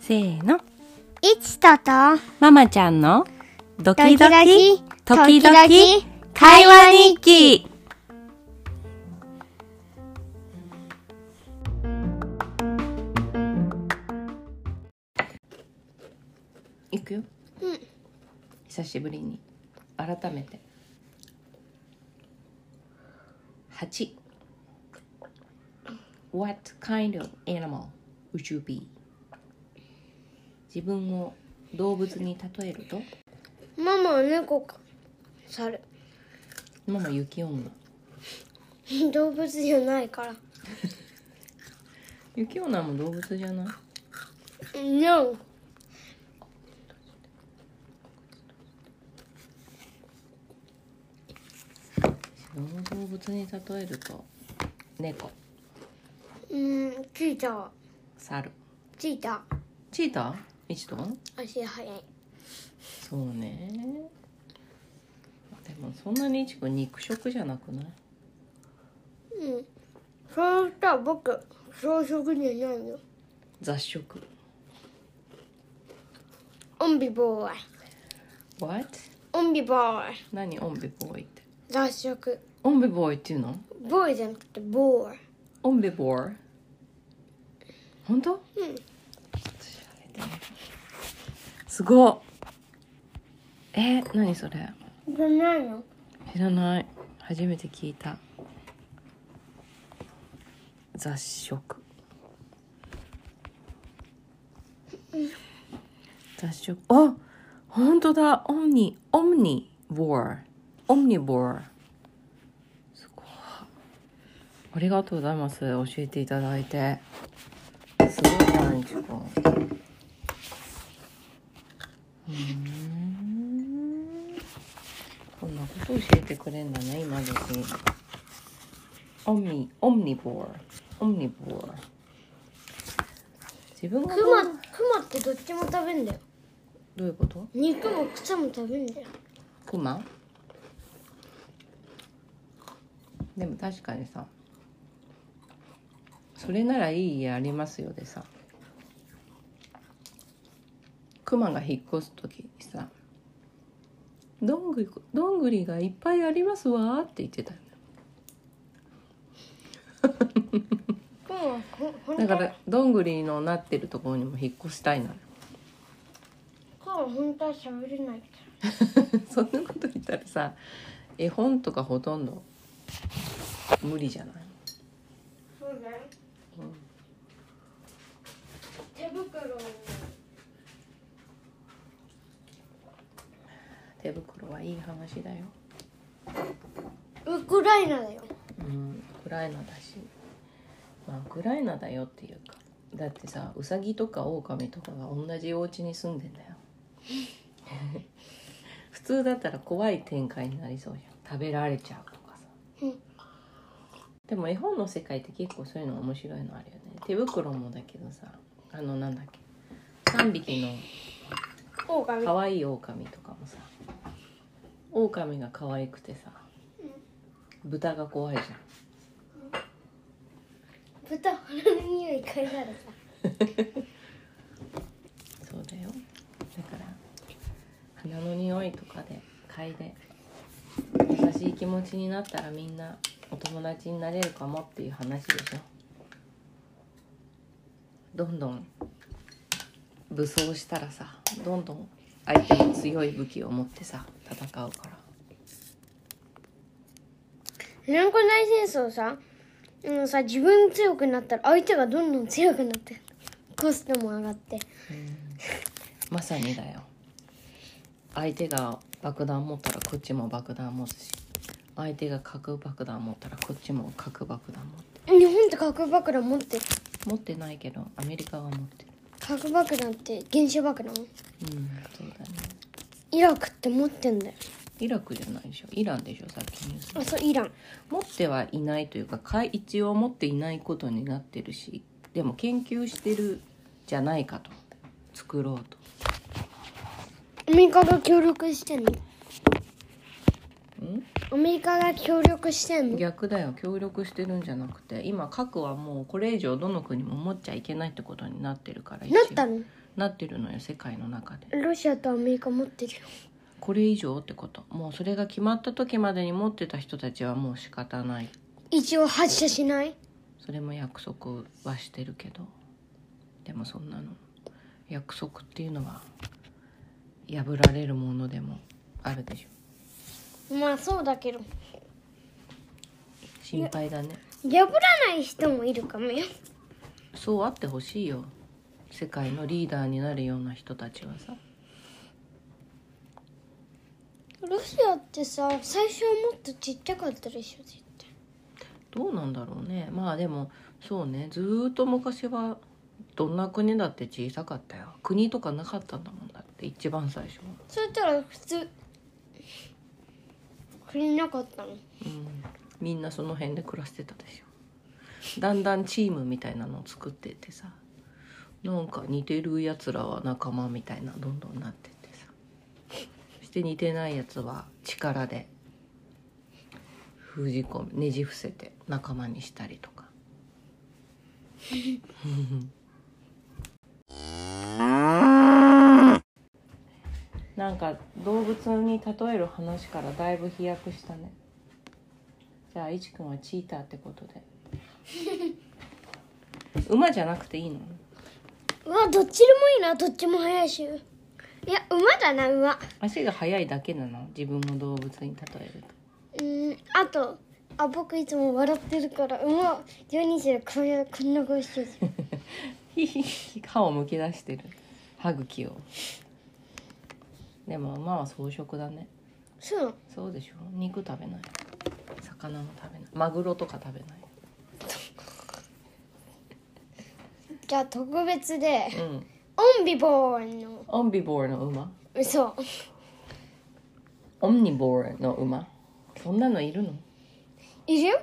せーの。いちとと、ママちゃんのドキドドキ、時キドキ々、会話日記。行くよ、久しぶりに改めて8 What kind of animal would you be? 自分を動物に例えるとママは猫か。猿。ママ雪女 動物じゃないから。雪女も動物じゃない No. 自分を動物に例えると猫うん、チーター。猿チータチーター一度ー。足早い。そうねでもそんなにいちくん肉食じゃなくないうん。そうしたら僕、草食じゃないよ。雑食オンビボーイ。 What? オンビボーイ。何オンベボーイって雑食。オンベボーイっていうのボーイじゃなくてボーイ。オンベボーイ本当うんすごっえ何それじゃないの知らない初めて聞いた雑食雑食あ本当だオムニオムニボーオムニボーすごいありがとうございます教えていただいてすごいなイチ君うーんこんなこと教えてくれんだね今時オムニオムニボーオムニボー自分がクどうマ、クマってどっちも食べんだよ。どういうこと肉も草も食べんだよ。クマでも確かにさ「それならいい家ありますよ」でさクマが引っ越す時にさ「どんぐりどんぐりがいっぱいありますわ」って言ってたんだクマはほ、ほんよだからどんぐりのなってるところにも引っ越したいなクマは本当は喋れないから。 そんなこと言ったらさ絵本とかほとんど無理じゃないそうだよ。手袋を手袋はいい話だよウクライナだよ。うん、ウクライナだし、まあ、ウクライナだよっていうかだってさウサギとかオオカミとかが同じお家に住んでんだよ 普通だったら怖い展開になりそうじゃん食べられちゃうとかさ、うんでも絵本の世界って結構そういうの面白いのあるよね手袋もだけどさあのなんだっけ3匹のオオカミ。可愛い狼とかもさ狼が可愛くてさ豚が怖いじゃん豚鼻の匂い嗅いだらさ。そうだよだから鼻の匂いとかで嗅いで優しい気持ちになったらみんなお友達になれるかもっていう話でしょどんどん武装したらさどんどん相手も強い武器を持ってさ戦うから南海大戦争さ、うんさ自分強くなったら相手がどんどん強くなってコストも上がって。まさにだよ相手が爆弾持ったらこっちも爆弾持つし相手が核爆弾持ったらこっちも核爆弾持って日本って核爆弾持ってる。持ってないけどアメリカが持って核爆弾って原子爆弾。るうんそうだねイラクって持ってんだよ。イラクじゃないでしょイランでしょさっきニュースあそうイラン。持ってはいないというかか一応持っていないことになってるしでも研究してるじゃないかと作ろうとアメリカが協力してんの。アメリカが協力してんの逆だよ協力してるんじゃなくて今核はもうこれ以上どの国も持っちゃいけないってことになってるからなったののなってるのよ世界の中でロシアとアメリカ持ってるよこれ以上ってこともうそれが決まった時までに持ってた人たちはもう仕方ない一応発射しないそれも約束はしてるけどでもそんなの約束っていうのは破られるものでもあるでしょまあそうだけど心配だね破らない人もいるかもよそうあってほしいよ世界のリーダーになるような人たちはさロシアってさ最初はもっとちっちゃかったでしょ絶対どうなんだろうねまあでもそうねずーっと昔はどんな国だって小さかったよ国とかなかったんだもんだって一番最初はそしたら普通国なかったのうんみんなその辺で暮らしてたでしょだんだんチームみたいなのを作ってってさなんか似てるやつらは仲間みたいなどんどんなってってさそして似てないやつは力で封じ込めねじ伏せて仲間にしたりとかなんか動物に例える話からだいぶ飛躍したねじゃあいちくんはチーターってことで馬じゃなくていいのうわどっちでもいいなどっちも速いしいや馬だな馬足が速いだけなの自分も動物に例えるとうんあとあ僕いつも笑ってるから馬12歳でこういうこんな顔してるヒヒヒ歯をむき出してる歯茎をでも馬は草食だねそうなのそうでしょ肉食べない魚も食べないマグロとか食べなじゃあ特別でいうんオンビボーンのオンビボーの馬嘘オムニボーの馬そんなのいるのいるよ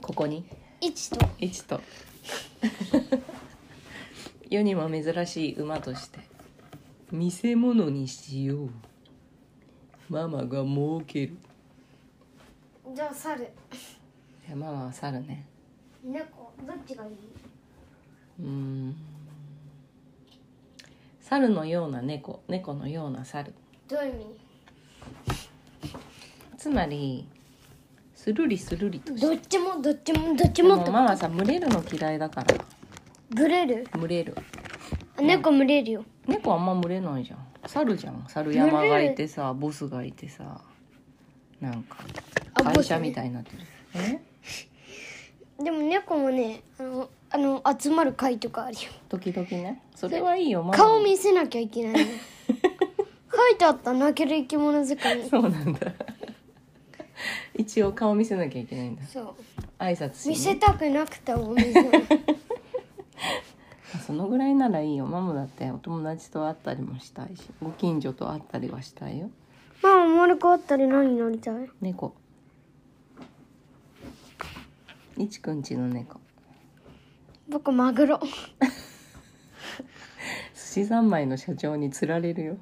ここに1と一と世にも珍しい馬として見せ物にしようママが儲けるじゃあ猿いやママは猿ね猫どっちがいいうーん猿のような猫猫のような猿どういう意味つまりスルリスルリとしてどっちもどっちもどっでちももってママさ群れるの嫌いだからブレる群れるあ猫群れるよ猫あんま群れないじゃん猿じゃん猿山がいてさボスがいてさなんかあ会社ボスねみたいになってるえでも猫もねあのあの集まる会とかあるよ時々ねそれはいいよママ顔見せなきゃいけ ないの書いてあった泣ける生き物図鑑にそうなんだ一応顔見せなきゃいけないんだそ挨拶うし、見せね、たくなくても見 せないそのぐらいならいいよママだってお友達と会ったりもしたいしご近所と会ったりはしたいよママ丸くあったり何になりたい猫いちくんちの猫僕マグロ寿司三昧の社長に釣られるよ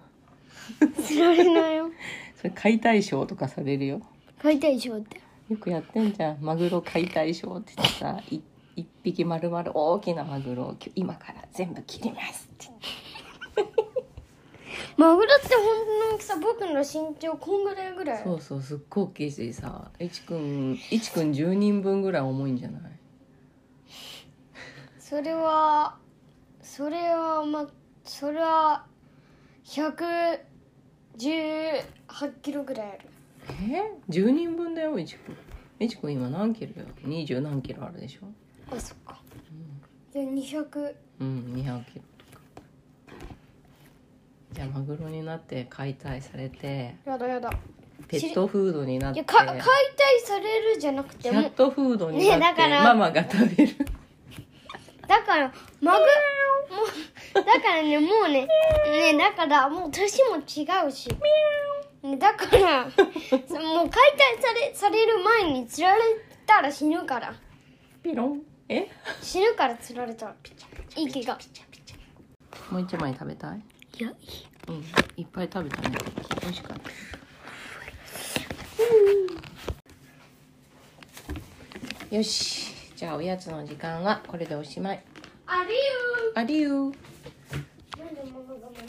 釣られない よそれ解体ショーとかされるよ書いたいでしょってよくやってんじゃんマグロ解体ショーって言ってさい一匹丸々大きなマグロをきゅ今から全部切りますってマグロって本当の大きさ僕の身長こんぐらいぐらいそうそうすっごい大きいしさいちくんいちくん10人分ぐらい重いんじゃないそれはそれはまそれは118キロぐらいあるえ10人分だよいちくんいちくん今何キロよ20何キロあるでしょあそっか、じゃあ200うん200キロとかじゃあマグロになって解体されてやだやだペットフードになっいてやキかャ解体されるじゃなくてもットフードにねえなっだてからママが食べるだからマグロもうだからねもうねねだからもう年も違うし、ね、だからもう解体されされる前に釣られたら死ぬからピロンえ死ぬから釣られたら息がもう一枚食べたいいやいいうん、いっぱい食べたね。美味しかった。よしじゃあおやつの時間はこれでおしまいありゅうアデューなんでママが